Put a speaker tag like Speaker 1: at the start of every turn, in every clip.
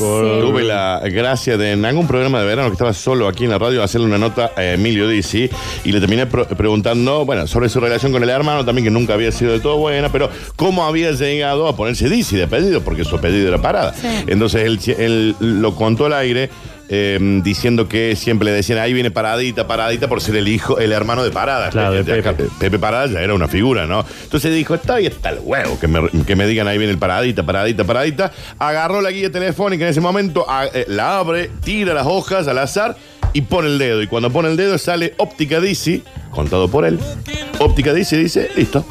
Speaker 1: Por- Tuve la gracia de en algún programa de verano que estaba solo aquí en la radio hacerle una nota a Emilio Dizzi y le terminé pro- preguntando, bueno, sobre su relación con el hermano también que nunca había sido de todo buena, pero cómo había llegado a ponerse Dizzi de apellido, porque su apellido era parada. Entonces él, él lo contó al aire eh, diciendo que siempre le decían, ahí viene paradita, paradita, por ser el hijo, el hermano de parada.
Speaker 2: Claro, Ah, de
Speaker 1: Acá,
Speaker 2: Pepe.
Speaker 1: Pepe Parada ya era una figura, ¿no? Entonces dijo, está ahí está el huevo, que me, que me digan ahí viene el paradita, paradita, paradita. Agarró la guía telefónica en ese momento, a- eh, la abre, tira las hojas al azar y pone el dedo. Y cuando pone el dedo sale óptica Dizzy, contado por él. Óptica Dizzy dice, listo,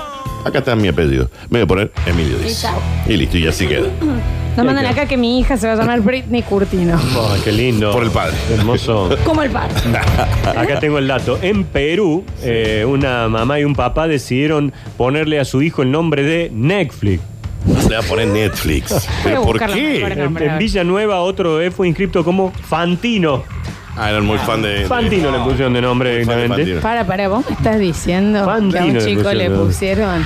Speaker 1: acá está mi apellido. Me voy a poner Emilio
Speaker 3: Y
Speaker 1: Dizzy.
Speaker 3: chao.
Speaker 1: Y listo, y así queda.
Speaker 3: Nos mandan acá que mi hija se va a llamar Britney Curtino.
Speaker 2: Oh, qué lindo.
Speaker 1: Por el padre.
Speaker 2: Hermoso.
Speaker 3: Como el padre.
Speaker 2: Acá tengo el dato. En Perú, eh, una mamá y un papá decidieron ponerle a su hijo el nombre de Netflix.
Speaker 1: Le va a poner Netflix. ¿Pero por
Speaker 3: buscarlo mejor.
Speaker 1: qué?
Speaker 2: En, en Villanueva, otro eh, fue inscripto como Fantino.
Speaker 1: Ah, eran muy fan de... de-
Speaker 2: Fantino le pusieron de nombre
Speaker 1: Fan de
Speaker 2: directamente.
Speaker 1: Fantino.
Speaker 3: Para, para, vos me estás diciendo que a
Speaker 2: Fantino
Speaker 3: un
Speaker 2: le
Speaker 3: chico le pusieron.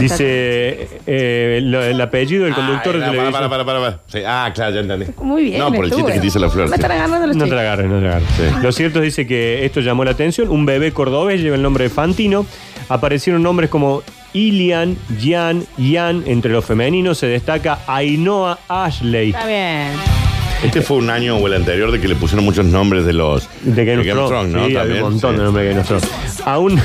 Speaker 2: Dice eh, lo- el apellido del conductor
Speaker 1: Ah,
Speaker 2: de
Speaker 1: era-
Speaker 2: televisión.
Speaker 1: para, para, para, para. Sí, Ah, claro, ya entendí.
Speaker 3: Muy bien.
Speaker 1: No, por el
Speaker 3: estuvo.
Speaker 1: chiste que te hizo la flor.
Speaker 3: Me están agarrando los
Speaker 2: No te
Speaker 3: chicos.
Speaker 2: la agarres, no te la agarres.
Speaker 1: Sí.
Speaker 2: Lo cierto dice que esto llamó la atención. Un bebé cordobés lleva el nombre de Fantino. Aparecieron nombres como Ilian, Gian, Ian. Entre los femeninos se destaca Ainhoa Ashley.
Speaker 3: Está bien.
Speaker 1: Este fue un año o el anterior de que le pusieron muchos nombres de los
Speaker 2: De Game, of Thrones,
Speaker 1: ¿no?
Speaker 2: sí, había
Speaker 1: También,
Speaker 2: un montón
Speaker 1: sí.
Speaker 2: de nombres de Game of Thrones. A, un-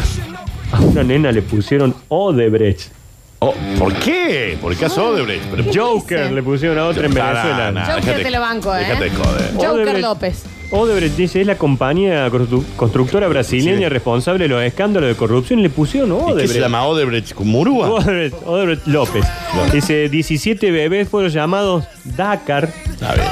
Speaker 2: a una nena le pusieron Odebrecht.
Speaker 1: Oh, ¿Por qué? ¿Por
Speaker 3: Ah,
Speaker 1: qué a Odebrecht? Pero-
Speaker 2: Joker
Speaker 3: dice?
Speaker 2: le pusieron a otra en
Speaker 1: Pará,
Speaker 2: Venezuela.
Speaker 1: nah,
Speaker 3: Joker
Speaker 1: Ah, déjate-
Speaker 3: te lo banco, ¿eh?
Speaker 1: Déjate de joder.
Speaker 3: Joker
Speaker 2: Odebrecht-
Speaker 3: López.
Speaker 2: Odebrecht dice, es la compañía constru- constructora brasileña
Speaker 1: Sí.
Speaker 2: responsable de los escándalos de corrupción. Le pusieron
Speaker 1: ¿Y qué
Speaker 2: Odebrecht.
Speaker 1: se llama Odebrecht? ¿Cumurúa?
Speaker 2: Odebrecht, Odebrecht López. Dice, 17 bebés fueron llamados Dakar
Speaker 1: A ver,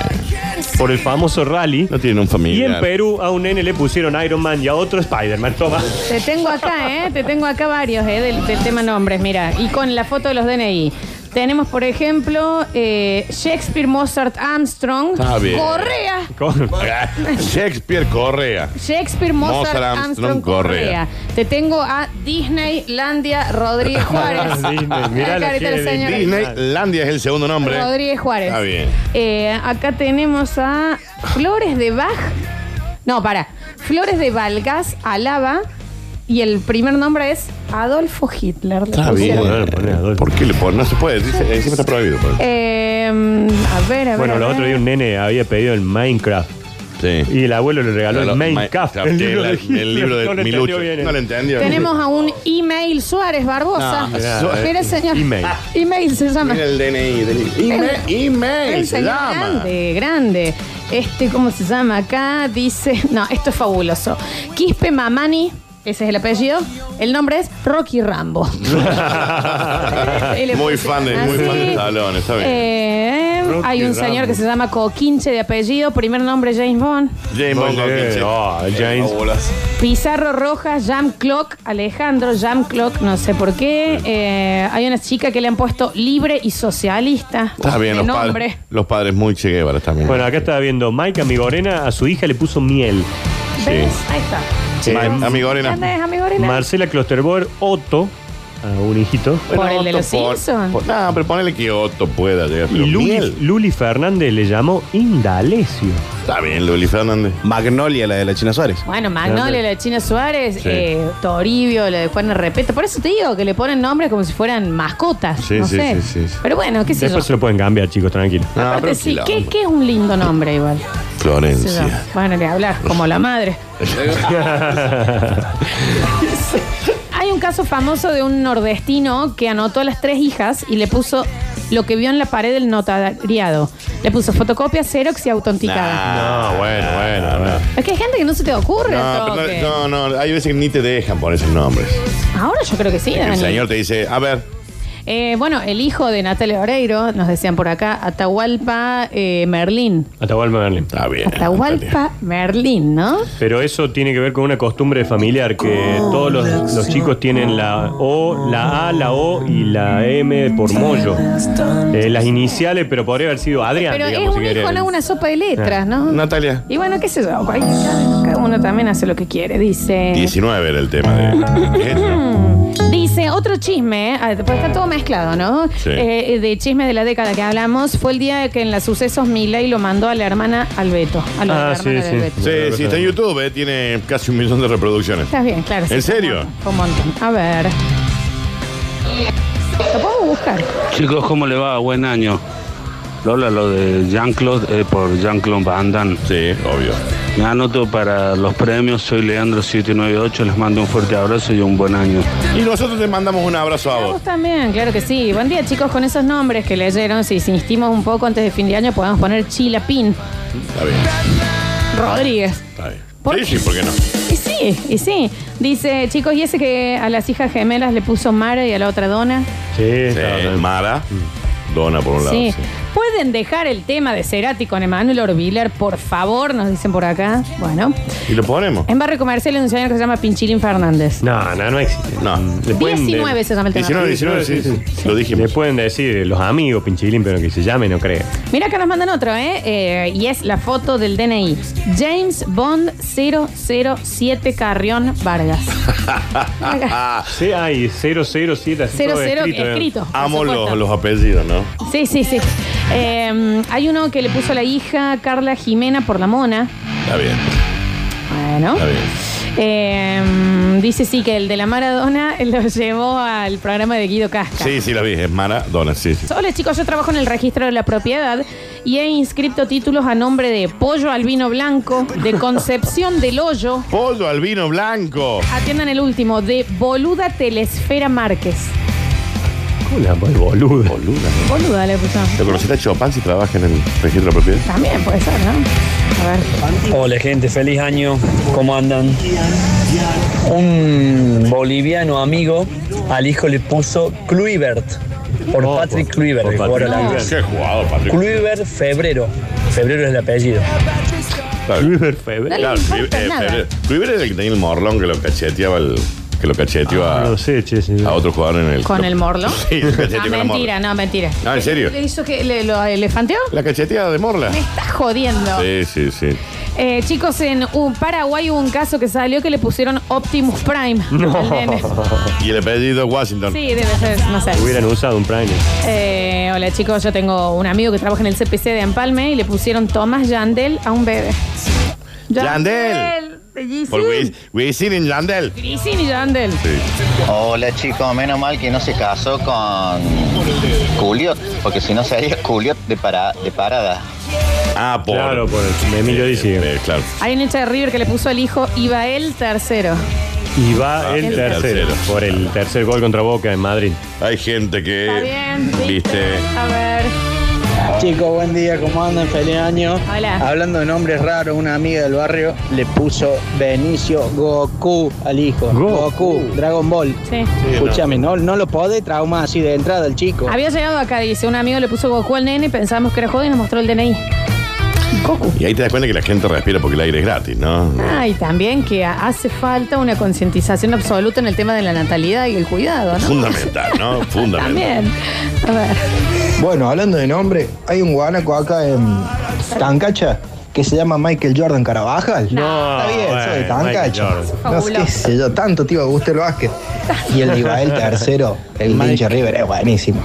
Speaker 2: por el famoso rally.
Speaker 1: no tienen un
Speaker 2: Y en
Speaker 1: familiar.
Speaker 2: Perú a un nene le pusieron Iron Man y a otro Spider-Man. Toma.
Speaker 3: Te tengo acá, ¿eh? Te tengo acá varios, ¿eh? Del, del tema nombres, mira. Y con la foto de los DNI. Tenemos, por ejemplo, eh, Shakespeare, Mozart, Armstrong,
Speaker 1: Está bien.
Speaker 3: Correa.
Speaker 2: Con-
Speaker 1: Shakespeare Correa.
Speaker 3: Shakespeare, Mozart,
Speaker 1: Mozart,
Speaker 3: Armstrong,
Speaker 1: Armstrong,
Speaker 3: Correa.
Speaker 1: Correa.
Speaker 3: Te tengo a Disney, Landia, Rodríguez Juárez.
Speaker 2: Disney, mirá
Speaker 3: La
Speaker 2: la
Speaker 3: carita
Speaker 2: que
Speaker 3: del
Speaker 2: de
Speaker 3: señor.
Speaker 1: Disney Landia es el segundo nombre.
Speaker 3: Rodríguez Juárez.
Speaker 1: Está bien.
Speaker 3: Eh, acá tenemos a Flores de Bach. No, para. Flores de Valgas, Alaba. Y el primer nombre es Adolfo Hitler.
Speaker 1: Está bien.
Speaker 2: ¿Cómo le ponen a Odebrecht?
Speaker 1: ¿Por qué le ponen? No se puede. Dice, encima está prohibido. pues. por eso.
Speaker 3: Eh, a ver, a ver.
Speaker 2: Bueno,
Speaker 3: a
Speaker 2: los
Speaker 3: ver.
Speaker 2: otro día un nene había pedido el Minecraft.
Speaker 1: Sí.
Speaker 2: Y el abuelo le regaló
Speaker 1: Claro,
Speaker 2: el
Speaker 1: Ma-
Speaker 2: Minecraft.
Speaker 1: Captel,
Speaker 2: Hitler. este
Speaker 1: el libro de
Speaker 2: No lo
Speaker 1: Milucho.
Speaker 2: entendió bien.
Speaker 1: No lo entendió.
Speaker 3: Tenemos a un email Suárez Barbosa.
Speaker 1: No,
Speaker 2: Ah, mirá,
Speaker 3: Espera,
Speaker 1: eh,
Speaker 3: señor.
Speaker 2: email.
Speaker 3: Email se llama.
Speaker 1: Mira el DNI. del- Ime- Email
Speaker 3: El
Speaker 1: se
Speaker 3: señor
Speaker 1: llama.
Speaker 3: grande, grande. Este, ¿cómo se llama acá? Dice. No, esto es fabuloso. Quispe Mamani, ese es el apellido. El nombre es Rocky Rambo. Y le
Speaker 1: muy
Speaker 3: puse
Speaker 1: fan de, muy
Speaker 3: así. Ah,
Speaker 1: fan de Stallone, está bien.
Speaker 3: Eh,
Speaker 2: Rocky
Speaker 3: hay un señor
Speaker 2: Rambo.
Speaker 3: que se llama Coquinche de apellido, primer nombre James Bond.
Speaker 1: James Bond
Speaker 2: Muy bien.
Speaker 1: Hawkins, sí.
Speaker 2: Ah,
Speaker 1: Eh,
Speaker 2: James.
Speaker 1: no, bolas.
Speaker 3: Pizarro Roja, Jam Clock, Alejandro, Jam Clock, no sé por qué. Eh, hay una chica que le han puesto libre y socialista.
Speaker 1: Está bien,
Speaker 3: De
Speaker 1: los
Speaker 3: nombre.
Speaker 1: padres, los padres muy Che Guevara también.
Speaker 2: Bueno, acá estaba viendo Maika Migorena, a su hija le puso miel.
Speaker 3: ¿Ves? Ahí está.
Speaker 2: Sí.
Speaker 1: Ma- amigo Arena.
Speaker 3: ¿Entendés, amigo Arena?
Speaker 2: Marcela Klosterboer, Otto, a un hijito.
Speaker 3: ¿Por el de los Simpson?
Speaker 1: No, pero ponele que Otto pueda llegar.
Speaker 2: Y
Speaker 1: pero
Speaker 2: Luli,
Speaker 1: miel.
Speaker 2: Luli Fernández le llamó Indalecio.
Speaker 1: Está bien, Luli Fernández.
Speaker 4: Magnolia, la de la China Suárez.
Speaker 3: Bueno, Magnolia, la de China Suárez,
Speaker 1: Sí.
Speaker 3: eh, Toribio, la de Juan Repeto. Por eso te digo que le ponen nombres como si fueran mascotas.
Speaker 1: Sí,
Speaker 3: no
Speaker 1: sí,
Speaker 3: sé.
Speaker 1: sí, sí, sí.
Speaker 3: Pero bueno, qué sé
Speaker 2: Después se
Speaker 3: yo.
Speaker 2: lo pueden cambiar, chicos, tranquilo.
Speaker 1: No,
Speaker 3: Aparte,
Speaker 1: pero
Speaker 3: sí,
Speaker 1: quilombo.
Speaker 3: ¿qué, qué es un lindo nombre igual. Qué sé yo.
Speaker 1: Florencia.
Speaker 3: Bueno, le hablas como la madre. Hay un caso famoso de un nordestino que anotó a las tres hijas y le puso lo que vio en la pared del notariado. Le puso fotocopia, xerox y autenticada.
Speaker 1: No, bueno, bueno, no.
Speaker 3: Es que hay gente que no se te ocurre.
Speaker 1: No,
Speaker 3: todo,
Speaker 1: pero
Speaker 3: que-
Speaker 1: no, no, no, hay veces que ni te dejan poner esos nombres.
Speaker 3: Ahora yo creo que sí,
Speaker 1: El
Speaker 3: Dani.
Speaker 1: señor te dice, a ver,
Speaker 3: Eh, bueno, el hijo de Natalia Oreiro, nos decían por acá, Atahualpa eh, Merlín.
Speaker 2: Atahualpa Merlín.
Speaker 1: está bien.
Speaker 3: Atahualpa Merlín, ¿no?
Speaker 2: Pero eso tiene que ver con una costumbre familiar, que todos los, los chicos tienen la O, la A, la O y la M por mollo. Eh, las iniciales, pero podría haber sido Adrián,
Speaker 3: Pero
Speaker 2: digamos,
Speaker 3: es
Speaker 2: si
Speaker 3: un hijo,
Speaker 2: querés.
Speaker 3: no una sopa de letras, ¿no?
Speaker 1: Natalia.
Speaker 3: Y bueno, qué sé yo, ahí cada uno también hace lo que quiere, dice.
Speaker 1: 19 era el tema de.
Speaker 3: Dice, otro chisme, eh, porque está todo mezclado, ¿no?
Speaker 1: Sí.
Speaker 3: Eh, de chisme de la década que hablamos, fue el día que en las sucesos Milei lo mandó a la hermana Alberto. A la
Speaker 2: Ah,
Speaker 3: hermana
Speaker 2: sí,
Speaker 3: de
Speaker 2: sí.
Speaker 3: Beto.
Speaker 1: Sí, sí, está en YouTube, eh, tiene casi un millón de reproducciones.
Speaker 3: Está bien, claro. sí,
Speaker 1: ¿En
Speaker 3: fue
Speaker 1: serio?
Speaker 3: un montón, Fue un montón. A ver. ¿Lo podemos buscar?
Speaker 4: Chicos, ¿cómo le va? Buen año. Lola, lo de Jean-Claude eh, por Jean-Claude Van Damme.
Speaker 1: Sí, obvio.
Speaker 4: Me anoto para los premios. Soy Leandro798. Les mando un fuerte abrazo y un buen año.
Speaker 1: Y nosotros te mandamos un abrazo a
Speaker 3: A
Speaker 1: vos.
Speaker 3: Ah, vos también, claro que sí. Buen día, chicos, con esos nombres que leyeron. Si insistimos un poco antes de fin de año, podemos poner Chilapín,
Speaker 1: Está bien,
Speaker 3: Rodríguez.
Speaker 1: está bien.
Speaker 3: ¿Por
Speaker 1: Sí,
Speaker 3: qué?
Speaker 1: sí, ¿por qué no?
Speaker 3: Y sí, y sí. Dice, chicos, ¿y ese que a las hijas gemelas le puso Mara y a la otra Dona?
Speaker 2: Sí, está
Speaker 1: Sí,
Speaker 2: bien.
Speaker 1: Mara, Dona por un lado.
Speaker 3: Mm. sí.
Speaker 1: Sí.
Speaker 3: ¿Pueden dejar el tema de Cerati con Emanuel Orbiler, por favor? Nos dicen por acá. Bueno.
Speaker 1: ¿Y lo ponemos?
Speaker 3: En barrio comercial hay un señor que se llama Pinchilín Fernández.
Speaker 2: No, no, no existe.
Speaker 1: No.
Speaker 2: Le pueden de-
Speaker 3: 19 se llama el tema.
Speaker 1: 19, 19, sí, sí, sí. Lo
Speaker 2: Le
Speaker 1: dijimos.
Speaker 2: pueden decir los amigos, pinchilín, pero que se llame, no creo.
Speaker 3: Mira que nos mandan otro, ¿eh? Eh, Y es la foto del DNI. James Bond 007 Carrión Vargas.
Speaker 1: Ah,
Speaker 2: Sí, hay 007 así todo
Speaker 3: 00 escrito.
Speaker 2: ¿eh?
Speaker 3: por
Speaker 1: amo los,
Speaker 3: supuesto.
Speaker 1: los apellidos, ¿no?
Speaker 3: Sí, sí, sí. Eh, hay uno que le puso la hija Carla Jimena por la mona.
Speaker 1: Está bien,
Speaker 3: Bueno.
Speaker 1: está bien.
Speaker 3: Eh, dice sí que el de la Maradona lo llevó al programa de Guido Casca.
Speaker 1: Sí, sí, la vi, es Mara, Dona, sí, sí.
Speaker 3: Hola chicos, yo trabajo en el registro de la propiedad y he inscrito títulos a nombre de Pollo Albino Blanco, de Concepción del Hoyo,
Speaker 1: Pollo al vino blanco.
Speaker 3: atiendan el último, de Boluda Telesfera Márquez.
Speaker 2: ¿Cómo le llamo el boludo?
Speaker 1: Boluda.
Speaker 3: Boluda le pusieron.
Speaker 1: ¿Te conociste a Chopin si trabaja en el registro de propiedad?
Speaker 3: También puede ser, ¿no? A ver.
Speaker 5: Hola gente, feliz año, ¿cómo andan? Un boliviano amigo al hijo le puso Kluivert, por
Speaker 2: Oh,
Speaker 5: Patrick
Speaker 2: por-
Speaker 5: Kluivert,
Speaker 2: por
Speaker 5: el
Speaker 2: Patrick
Speaker 5: jugador holandés.
Speaker 1: Qué jugador, Patrick.
Speaker 5: Kluivert Febrero, Febrero es el apellido.
Speaker 1: Está bien.
Speaker 2: Kluivert Feber.
Speaker 3: No le importa
Speaker 1: eh,
Speaker 3: nada.
Speaker 1: Kluivert era el que tenía el morlón que lo cacheteaba el, que lo cacheteó a,
Speaker 2: No sé, che, sí, sí.
Speaker 1: a otro jugador en el.
Speaker 3: ¿Con el morlo?
Speaker 1: Sí, lo cacheteó
Speaker 3: Ah,
Speaker 1: con el
Speaker 3: mentira,
Speaker 1: morlo.
Speaker 3: no, mentira.
Speaker 1: No, en serio.
Speaker 3: ¿Le hizo que le- lo elefanteó?
Speaker 1: La cacheteada de Morla.
Speaker 3: Me estás jodiendo.
Speaker 1: Sí, sí, sí.
Speaker 3: Eh, chicos, en un Paraguay hubo un caso que salió que le pusieron Optimus Prime. al nene.
Speaker 1: Y el apellido Washington.
Speaker 3: Sí, debe ser, no sé.
Speaker 2: Hubieran usado un Prime.
Speaker 3: Eh, hola chicos, yo tengo un amigo que trabaja en el CPC de Empalme y le pusieron Tomás Yandel a un bebé.
Speaker 1: Yandel.
Speaker 3: Yandel.
Speaker 1: Por Wisin Wisin y Yandel.
Speaker 3: Grisin y Yandel.
Speaker 1: Sí.
Speaker 6: Hola chicos, menos mal que no se casó con Culiot, porque si no sería Culiot de, para, de parada.
Speaker 1: Ah, por.
Speaker 2: Claro, por el- Emilio dice.
Speaker 1: Eh, claro.
Speaker 3: Hay un hincha de River que le puso al hijo Ibael tercero.
Speaker 2: Y va
Speaker 1: Ah,
Speaker 2: el
Speaker 1: el
Speaker 2: tercero.
Speaker 1: tercero.
Speaker 2: Por el tercer gol contra Boca en Madrid.
Speaker 1: Hay gente que.
Speaker 3: Está bien,
Speaker 1: Eh, Viste.
Speaker 3: A ver.
Speaker 7: Chicos, buen día, ¿cómo andan? Feliz año.
Speaker 3: Hola.
Speaker 7: Hablando de nombres raros, una amiga del barrio le puso Benicio Goku al hijo.
Speaker 2: Goku.
Speaker 7: Goku, Dragon Ball.
Speaker 3: Sí.
Speaker 7: Escúchame, no, no lo puede trauma así de entrada el chico.
Speaker 3: Había llegado acá, dice, un amigo le puso Goku al nene y pensamos que era joven y nos mostró el DNI. Goku.
Speaker 1: Y ahí te das cuenta que la gente respira porque el aire es gratis, ¿no?
Speaker 3: Ay, también que hace falta una concientización absoluta en el tema de la natalidad y el cuidado, ¿no?
Speaker 1: Fundamental, ¿no? Fundamental.
Speaker 3: También. A ver.
Speaker 8: Bueno, hablando de nombre, hay un guanaco acá en Tancacha que se llama Michael Jordan Carabajal.
Speaker 2: No,
Speaker 8: Está bien, soy de
Speaker 2: bueno, Michael
Speaker 8: Tancacha.
Speaker 2: Jordan.
Speaker 8: No sé qué sé yo, tanto te iba a gustar el básquet. Y el Divael tercero, el Mancha River, es buenísimo.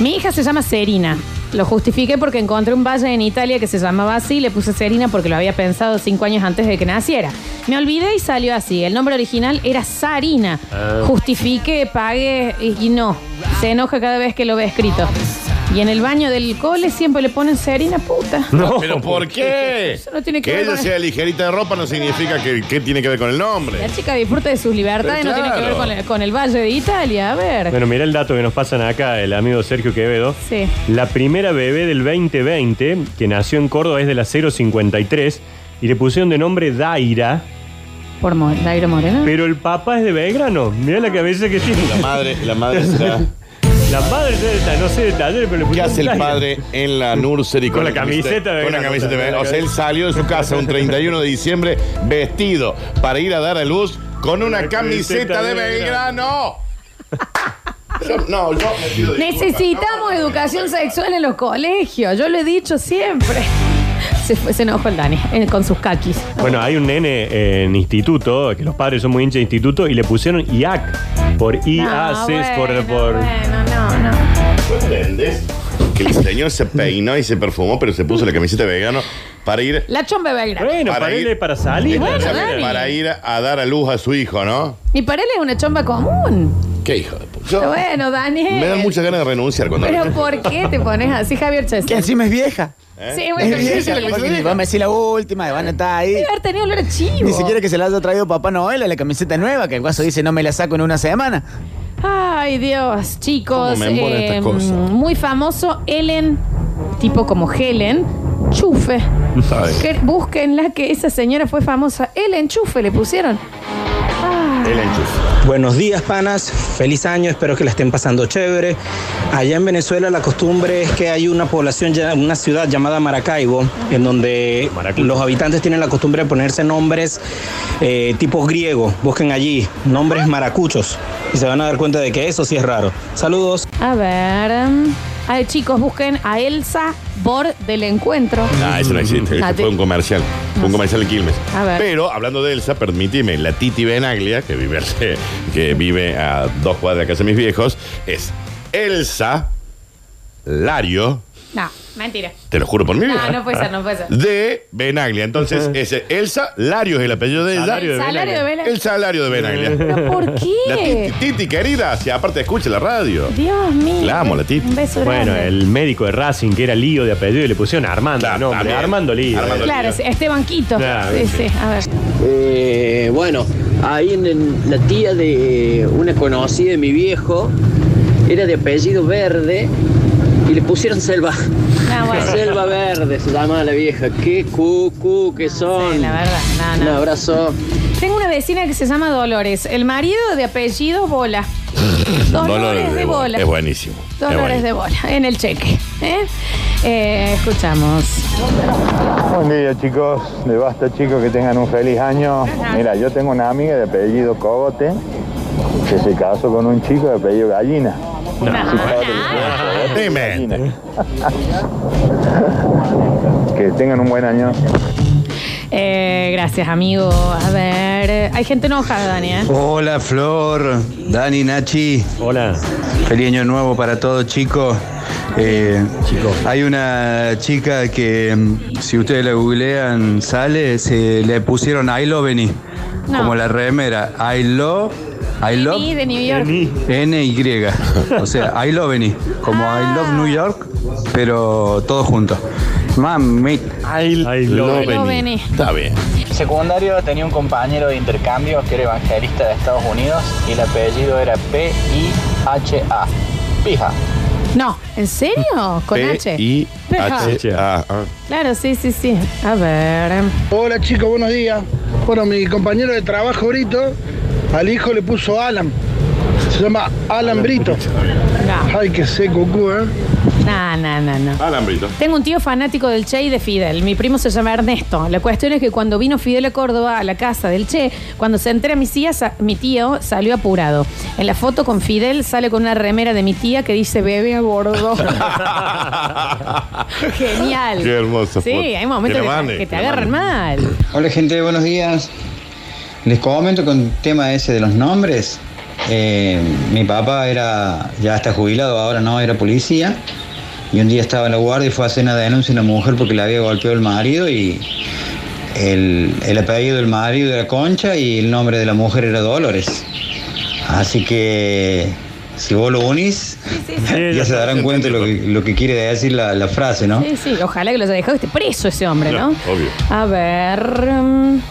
Speaker 3: Mi hija se llama Serina. Lo justifiqué porque encontré un valle en Italia que se llamaba así y le puse Serina porque lo había pensado cinco años antes de que naciera. Me olvidé y salió así. El nombre original era Sarina.
Speaker 1: Ah.
Speaker 3: Justifiqué, pagué y, y no. Se enoja cada vez que lo ve escrito. Y en el baño del cole siempre le ponen Serina, puta.
Speaker 2: No,
Speaker 1: ¿Pero por qué?
Speaker 3: Eso no tiene que
Speaker 1: que
Speaker 3: ver
Speaker 1: ella
Speaker 3: con-
Speaker 1: sea ligerita de ropa no significa que, que tiene que ver con el nombre.
Speaker 3: La chica disfruta de sus libertades,
Speaker 1: Pero
Speaker 3: no tiene que ver
Speaker 1: claro.
Speaker 3: con el, con el valle de Italia. A ver.
Speaker 2: Bueno, mira el dato que nos pasan acá, el amigo Sergio Quevedo.
Speaker 3: Sí.
Speaker 2: La primera bebé del 2020, que nació en Córdoba, es de la 053, y le pusieron de nombre Daira,
Speaker 3: Por Mo- Dairo Moreno.
Speaker 2: pero el papá es de Belgrano. Mira la cabeza que tiene.
Speaker 1: La madre, la madre está.
Speaker 2: La madre no sé de taller, pero le
Speaker 1: ¿Qué
Speaker 2: pusieron
Speaker 1: hace el
Speaker 2: Daira.
Speaker 1: padre en la nursery
Speaker 2: Con la camiseta de
Speaker 1: Con la
Speaker 2: verano.
Speaker 1: camiseta de verano. O sea, él salió de su casa un 31 de diciembre vestido para ir a dar a luz con una
Speaker 2: Una
Speaker 1: camiseta
Speaker 2: camiseta
Speaker 1: de
Speaker 2: de
Speaker 1: Belgrano. Yo- No, yo me pido disculpas.
Speaker 3: Necesitamos educación sexual en los colegios, yo lo he dicho siempre. Se, fue- se enojó el Dani eh, con sus caquis.
Speaker 2: Bueno, hay un nene eh, en instituto, que los padres son muy hinchas de instituto, y le pusieron IAC por
Speaker 3: No,
Speaker 2: IAC, por,
Speaker 3: Ah, bueno,
Speaker 2: por-
Speaker 3: bueno, no, no.
Speaker 1: ¿Entendés? Que el señor se peinó y se perfumó, pero se puso la camiseta de vegano para ir.
Speaker 3: La chombe Belgrano.
Speaker 2: Bueno, para,
Speaker 1: ir-
Speaker 2: él es para salir.
Speaker 3: Bueno,
Speaker 1: Escúchame,
Speaker 3: Dani.
Speaker 1: para ir a dar a luz a su hijo, ¿no?
Speaker 3: Y para él es una chomba común.
Speaker 1: ¿Qué hijo de puta? Yo-
Speaker 3: Bueno, Dani.
Speaker 1: me dan muchas ganas de renunciar cuando.
Speaker 3: Pero ¿por qué te pones así, Javier
Speaker 9: Que
Speaker 3: Chesel?
Speaker 9: encima es vieja.
Speaker 1: ¿Eh?
Speaker 3: Sí, bueno,
Speaker 9: Es vieja la ¿eh?
Speaker 3: porque
Speaker 9: camiseta.
Speaker 3: le-
Speaker 9: Vos me decís la última, van a estar ahí.
Speaker 3: Debe haber tenido olor a chivo.
Speaker 9: Ni siquiera que se la haya traído Papá Noel a la camiseta nueva, que el guaso dice no me la saco en una semana.
Speaker 3: Ay, Dios, chicos.
Speaker 1: ¿Cómo me embola esta
Speaker 3: eh,
Speaker 1: cosa?
Speaker 3: Muy famoso, Helen, tipo como Helen, Chufe.
Speaker 1: ¿Sabes?
Speaker 3: Que, búsquenla, que esa señora fue famosa. Helen Chufe le pusieron. Ah.
Speaker 1: El enchufe.
Speaker 10: Buenos días, panas. Feliz año. Espero que la estén pasando chévere. Allá en Venezuela la costumbre es que hay una población, ya- una ciudad llamada Maracaibo, en donde
Speaker 2: Maracaibo.
Speaker 10: los habitantes tienen la costumbre de ponerse nombres eh, tipo griego. Busquen allí nombres maracuchos y se van a dar cuenta de que eso sí es raro. Saludos.
Speaker 3: A ver. mm. Ay, chicos, busquen a Elsa Bor del encuentro.
Speaker 1: Nah, eso no existe. eso
Speaker 3: Ah, te- Ah.
Speaker 1: fue un comercial. Fue un comercial de Quilmes.
Speaker 3: A ver.
Speaker 1: Pero hablando de Elsa, permitime, la Titi Benaglia, que vive, que vive a dos cuadras de casa de mis viejos, es Elsa Lario,
Speaker 3: No, mentira.
Speaker 1: te lo juro por mi vida.
Speaker 3: No, no puede ser, no puede ser.
Speaker 1: De Benaglia. Entonces, ese Elsa Lario es el apellido de ella.
Speaker 2: Salario de
Speaker 3: El salario de Belén.
Speaker 1: El salario de Benaglia.
Speaker 3: ¿Pero por
Speaker 1: La titi,
Speaker 3: qué?
Speaker 1: titi, querida, si aparte escucha la radio.
Speaker 3: Dios mío.
Speaker 1: La amo, la Titi.
Speaker 3: Un beso
Speaker 2: Bueno,
Speaker 3: grande.
Speaker 2: el médico de Racing, que era Lío de apellido, y le pusieron Armando.
Speaker 1: Claro,
Speaker 2: el nombre,
Speaker 1: también.
Speaker 2: Armando Lío.
Speaker 1: Armando.
Speaker 3: Claro, sí, Esteban Quito.
Speaker 2: Claro,
Speaker 3: sí, sí,
Speaker 1: sí.
Speaker 3: a ver.
Speaker 5: Eh, bueno, ahí en, en la tía de una conocida de mi viejo era de apellido Verde y le pusieron Selva.
Speaker 3: No, bueno.
Speaker 5: Selva Verde se llama la vieja. Qué cucu que son.
Speaker 3: Sí, la verdad. No,
Speaker 5: Un
Speaker 3: no.
Speaker 5: abrazo.
Speaker 3: Tengo una vecina que se llama Dolores. El marido de apellido Bola. Dolores, de
Speaker 1: bo-
Speaker 3: Bola.
Speaker 1: Es buenísimo. es
Speaker 3: Dolores
Speaker 1: buenísimo.
Speaker 3: de Bola, en el cheque. ¿eh? Eh, escuchamos.
Speaker 7: Buen día chicos, de basta chicos que tengan un feliz año. Mira, yo tengo una amiga de apellido Cogote que se casó con un chico de apellido Gallina.
Speaker 3: No,
Speaker 1: Ah, Dime.
Speaker 7: Que tengan un buen año.
Speaker 3: Eh, gracias, amigo. A ver, eh, hay gente enojada, Dani, ¿eh?
Speaker 11: Hola Flor, Dani, Nachi,
Speaker 2: Hola.
Speaker 11: feliz año nuevo para todos chicos. Eh, hay una chica que mm, si ustedes la googlean sale, se le pusieron I love Beni,
Speaker 3: No.
Speaker 11: como la remera, I love, I
Speaker 3: Ni
Speaker 11: love
Speaker 3: de New York.
Speaker 2: Vení.
Speaker 11: NY, o sea, I love Beni, como
Speaker 3: Ah.
Speaker 11: I love New York, pero todo junto. Mami,
Speaker 2: Ay,
Speaker 1: Lo
Speaker 2: lo
Speaker 3: Lo vení.
Speaker 1: vení. Está bien.
Speaker 5: Secundario tenía un compañero de intercambio que era evangelista de Estados Unidos y el apellido era P-I-H-A. Pija.
Speaker 3: No, ¿en serio? Con H.
Speaker 1: y h Ah,
Speaker 2: Peja.
Speaker 1: a
Speaker 3: Claro, sí, sí, sí. A ver.
Speaker 7: Hola chicos, buenos días. Bueno, mi compañero de trabajo Brito, al hijo le puso Alan. Se llama Alan Brito.
Speaker 3: No,
Speaker 7: Ay, que sé, cucú, ¿eh?
Speaker 3: no, no, no. no.
Speaker 1: Alambrito.
Speaker 3: Tengo un tío fanático del Che y de Fidel. Mi primo se llama Ernesto. La cuestión es que cuando vino Fidel a Córdoba a la casa del Che, cuando se entera mi tía, sa- mi tío salió apurado. En la foto con Fidel sale con una remera de mi tía que dice bebé a bordo. Genial.
Speaker 1: Qué hermoso.
Speaker 3: Sí, hay momentos
Speaker 1: Que
Speaker 3: que,
Speaker 1: la mande,
Speaker 3: que te
Speaker 1: que la
Speaker 3: agarran mal.
Speaker 10: Hola gente, buenos días. Les comento con el tema ese de los nombres. Eh, mi papá era, ya está jubilado, ahora no, era policía. Y un día estaba en la guardia y fue a hacer una denuncia a una mujer porque le había golpeado el marido y el, el apellido del marido era Concha y el nombre de la mujer era Dolores. Así que si vos lo unís, ya se darán cuenta lo que, lo que quiere decir la, la frase, ¿no?
Speaker 3: Sí, sí, ojalá que los haya dejado este preso ese hombre, ¿no?
Speaker 1: Claro, obvio.
Speaker 3: A ver. mm,